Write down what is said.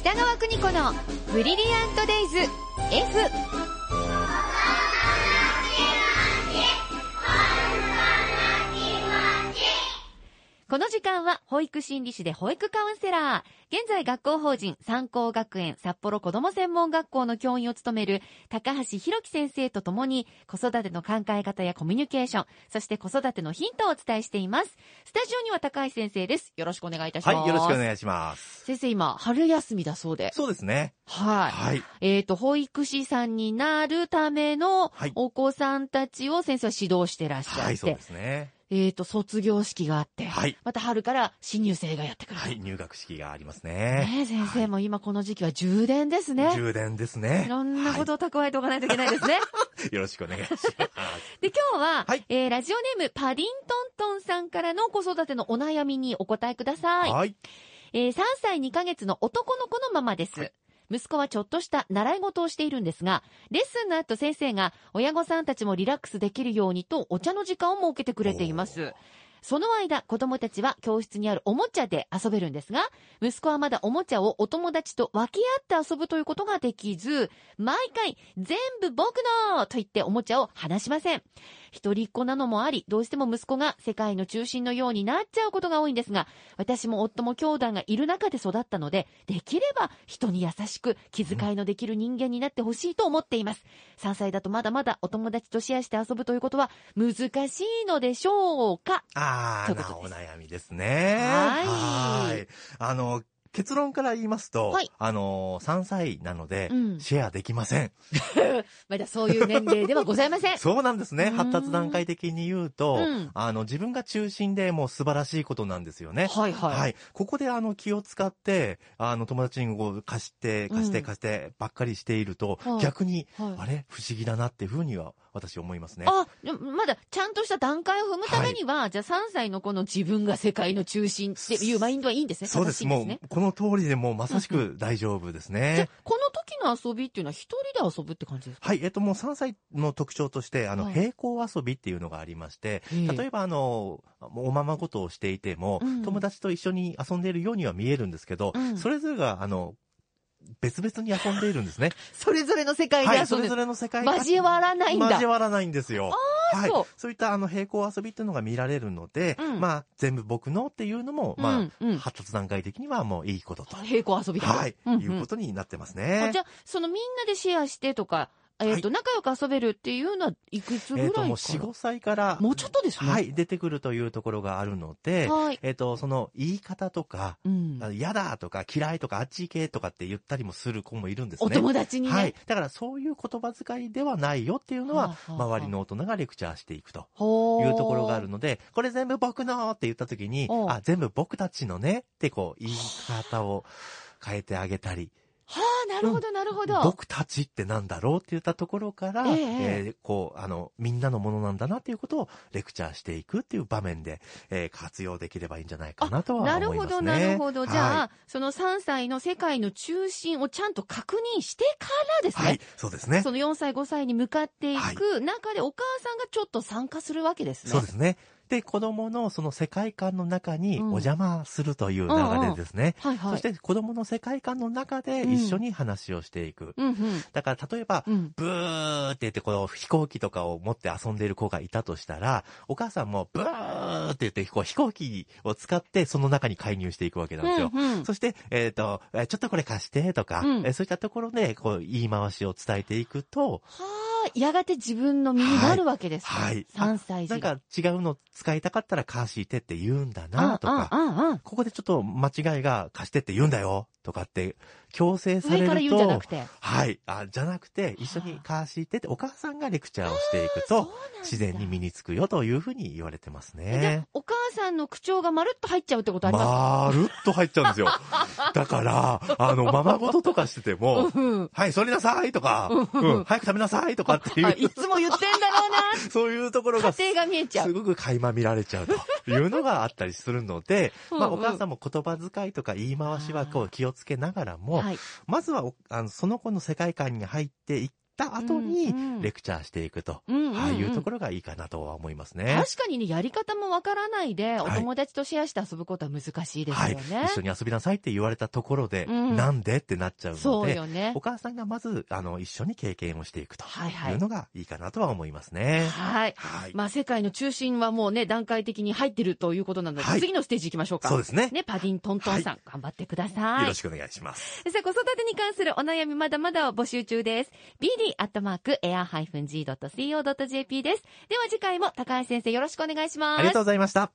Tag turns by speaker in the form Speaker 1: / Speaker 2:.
Speaker 1: 北川邦子のブリリアントデイズ F この時間は保育心理士で保育カウンセラー、現在学校法人三高学園札幌子ども専門学校の教員を務める高橋博樹先生と共に子育ての考え方やコミュニケーション、そして子育てのヒントをお伝えしています。スタジオには高橋先生です。よろしくお願いいたしま
Speaker 2: はい
Speaker 1: す。、
Speaker 2: よろしくお願いします。
Speaker 1: 先生、今、春休みだそうで。
Speaker 2: そうですね。
Speaker 1: はい。
Speaker 2: はい。
Speaker 1: えっ、と、保育士さんになるための
Speaker 2: はい
Speaker 1: お子さんたちを先生は指導してらっしゃ
Speaker 2: は
Speaker 1: っ
Speaker 2: い、
Speaker 1: て、
Speaker 2: そうですね。
Speaker 1: えっ、と、卒業式があって、
Speaker 2: はい。
Speaker 1: また春から新入生がやってくる。
Speaker 2: はい、入学式がありますね。
Speaker 1: ねえ先生も今この時期は充電ですね。
Speaker 2: 充電です
Speaker 1: い
Speaker 2: ね。
Speaker 1: ろんなことを蓄えておかないといけないですね。
Speaker 2: よろしくお願い します。
Speaker 1: で、今日は、
Speaker 2: はい
Speaker 1: えーラジオネームパディントントンさんからの子育てのお悩みにお答えください。
Speaker 2: はい。
Speaker 1: えー3歳2ヶ月の男の子のママです。
Speaker 2: はい
Speaker 1: 息子はちょっとした習い事をしているんですが、レッスンの後先生が親御さんたちもリラックスできるようにとお茶の時間を設けてくれていま
Speaker 2: お
Speaker 1: す
Speaker 2: ー。
Speaker 1: その間、子供たちは教室にあるおもちゃで遊べるんですが、息子はまだおもちゃをお友達と分け合って遊ぶということができず、毎回、全部僕のと言っておもちゃを離しません。一人っ子なのもあり、どうしても息子が世界の中心のようになっちゃうことが多いんですが、私も夫も兄弟がいる中で育ったので、できれば人に優しく気遣いのできる人間になってほしいと思っています。3歳だとまだまだお友達とシェアして遊ぶということは難しいのでしょうか
Speaker 2: あ
Speaker 1: とい
Speaker 2: ー
Speaker 1: うこ
Speaker 2: な
Speaker 1: と
Speaker 2: お
Speaker 1: です
Speaker 2: 悩みですね。
Speaker 1: はい
Speaker 2: ーいあの、結論から言いますと、
Speaker 1: はい
Speaker 2: あの、3歳なので、
Speaker 1: うん
Speaker 2: シェアできません。
Speaker 1: まだそういう年齢ではございません。
Speaker 2: そうなんです
Speaker 1: うー
Speaker 2: ね。
Speaker 1: ん
Speaker 2: 発達段階的に言うと、
Speaker 1: うん
Speaker 2: あの、自分が中心でもう素晴らしいことなんですよね。
Speaker 1: はいはい。
Speaker 2: はい。ここであの気を使って、あの友達にこう貸して、貸し
Speaker 1: う
Speaker 2: て、
Speaker 1: ん
Speaker 2: 貸してばっかりしていると、
Speaker 1: はい
Speaker 2: 逆に、
Speaker 1: はい
Speaker 2: あれ不思議だなっていうふうには私思いますね。
Speaker 1: あ、でもまだちゃんとした段階を踏むためには、じゃあ3歳の子の自分が世界の中心っていうマインドはいいんですね。
Speaker 2: そうで
Speaker 1: 正しい
Speaker 2: す。
Speaker 1: ん
Speaker 2: も
Speaker 1: ね。
Speaker 2: う、この通りでもうまさしく大丈夫です
Speaker 1: じゃあ
Speaker 2: ね。
Speaker 1: この時の遊びっていうのは一人で遊ぶって感じですか
Speaker 2: はい。えっと、もう3歳の特徴として、あの、
Speaker 1: はい
Speaker 2: 平行遊びっていうのがありまして、例えばあの、おままごとをしていても、
Speaker 1: うん
Speaker 2: 友達と一緒に遊んでいるようには見えるんですけど、
Speaker 1: うん
Speaker 2: それぞれが、あの、別々に遊んでいるんです ね。
Speaker 1: それぞれの世界
Speaker 2: は
Speaker 1: で
Speaker 2: い、
Speaker 1: 遊
Speaker 2: そ
Speaker 1: んで
Speaker 2: れ
Speaker 1: る
Speaker 2: ぞれの世界観
Speaker 1: 交わらないんだ
Speaker 2: 交。わらないんですよ。
Speaker 1: ー
Speaker 2: はい
Speaker 1: そう。
Speaker 2: そういったあの平行遊びっていうのが見られるので、
Speaker 1: うん
Speaker 2: まあ全部僕のっていうのも、まあ、
Speaker 1: うんうん
Speaker 2: 発達段階的にはもういいことと。
Speaker 1: 平行遊びだと
Speaker 2: はい、
Speaker 1: うんうん
Speaker 2: いうことになってます
Speaker 1: あ
Speaker 2: ね
Speaker 1: じ。ゃあ、そのみんなでシェアしてとか、えっ、と、仲良く遊べるっていうのはいくつぐら
Speaker 2: え
Speaker 1: い
Speaker 2: っ、
Speaker 1: か
Speaker 2: と、
Speaker 1: な
Speaker 2: もう4、5歳から、
Speaker 1: もうちょっとですね。
Speaker 2: は。い、出てくるというところがあるので、
Speaker 1: はい。
Speaker 2: えっ、と、その言い方とか、
Speaker 1: うん
Speaker 2: あ。の嫌だとか嫌いとかあっち行けとかって言ったりもする子もいるんですね。
Speaker 1: お友達にね。
Speaker 2: はい。だからそういう言葉遣いではないよっていうの
Speaker 1: はあ
Speaker 2: は
Speaker 1: は、あはあ
Speaker 2: 周りの大人がレクチャーしていくと。
Speaker 1: ほー
Speaker 2: いうところがあるので、これ全部僕のって言った時に、
Speaker 1: おう
Speaker 2: あ、全部僕たちのねってこう言い方を変えてあげたり、
Speaker 1: はあ、なるほど、なるほど。
Speaker 2: 僕たちってなんだろうって言ったところから、
Speaker 1: え
Speaker 2: え
Speaker 1: え
Speaker 2: ーこう、あの、みんなのものなんだなっていうことをレクチャーしていくっていう場面で、えー活用できればいいんじゃないかなとは思い
Speaker 1: な
Speaker 2: ますね。
Speaker 1: るほど、なるほど。じゃあ、
Speaker 2: は
Speaker 1: その3歳の世界の中心をちゃんと確認してからで
Speaker 2: い、
Speaker 1: すね。
Speaker 2: はい、そうですね。
Speaker 1: その4歳、5歳に向かってい
Speaker 2: はい
Speaker 1: く中で、お母さんがちょっと参加するわけですね。
Speaker 2: そうですね。で、子供のその世界観の中に
Speaker 1: うん
Speaker 2: お邪魔するという流れですね。
Speaker 1: はいはい。
Speaker 2: そし、て子供の世界観の中で一緒に話をしていく。
Speaker 1: うんうん。
Speaker 2: だから例えば、
Speaker 1: うん。
Speaker 2: ブーって言って、この飛行機とかを持って遊んでいる子がいたとしたら、お母さんもブーって言って、こう飛行機を使ってその中に介入していくわけなんですよ。
Speaker 1: うんうん
Speaker 2: そして、えっ、と、えーちょっとこれ貸してとか、
Speaker 1: うん
Speaker 2: えーそういったところで、こう、言い回しを伝えていくと、
Speaker 1: はあ、やがて自分の身になるわけですね。
Speaker 2: はい
Speaker 1: 3歳児
Speaker 2: なん
Speaker 1: が。
Speaker 2: か違うの使いたかったら貸してって言うんだなと
Speaker 1: あ
Speaker 2: か、
Speaker 1: あ、あ
Speaker 2: ここでちょっと間違いが貸してって言うんだよとかって強制
Speaker 1: あ、
Speaker 2: さ
Speaker 1: 上
Speaker 2: れる
Speaker 1: か
Speaker 2: と、
Speaker 1: ら言うんじゃなくて。
Speaker 2: はい。あ、じゃなくて、一緒に貸してって、お母さんがレクチャーをしていくと、自然に身につくよというふうに言われてます
Speaker 1: えじゃあ
Speaker 2: ね。
Speaker 1: お母さんの口調がまるっと入っちゃうってことありますか、
Speaker 2: まるっと入っちゃう んですよ。だから、あの、ままごととかしてても、
Speaker 1: うん。
Speaker 2: はい、それなさいとか、うん、早く食べなさいとかってい
Speaker 1: あ
Speaker 2: う、
Speaker 1: いつも言ってんだろうな。
Speaker 2: そういうところが
Speaker 1: 家庭が見えちゃう
Speaker 2: す。 ごく垣間見られちゃうというのがあったりするので、まあお母さ
Speaker 1: ん
Speaker 2: んも言葉遣いとか言い回しはこう気をつけながらも、
Speaker 1: はい。
Speaker 2: まずはおあのその子の世界観に入っていっった後に
Speaker 1: うんうん
Speaker 2: レクチャーしていくと。
Speaker 1: うんんん
Speaker 2: ああいうところがいいかなとは思いますね。
Speaker 1: 確かにね、やり方もわからないで、お
Speaker 2: はい
Speaker 1: 友達とシェアして遊ぶことは難しいです
Speaker 2: は
Speaker 1: よ
Speaker 2: い。
Speaker 1: ね。
Speaker 2: 一緒に遊びなさいって言われたところで、
Speaker 1: うん
Speaker 2: なんでってなっちゃうの
Speaker 1: そう
Speaker 2: で、
Speaker 1: よね
Speaker 2: お。母さんがまず、あの、一緒に経験をしていくと
Speaker 1: はいはい
Speaker 2: いうのがいいかなとは思いますね。
Speaker 1: はい。
Speaker 2: はい。
Speaker 1: まあ、世界の中心はもうね、段階的に入ってるということなので、
Speaker 2: はい
Speaker 1: 次のステージ行きましょうか。
Speaker 2: そうですね。
Speaker 1: ね、パディントントンさん、頑張ってください
Speaker 2: よろ。しくお願いします。
Speaker 1: さあ、子育てに関するお悩みまだまだ募集中です。bd.air-g.co.jp です。では次回も高橋先生よろしくお願いします。
Speaker 2: ありがとうございました。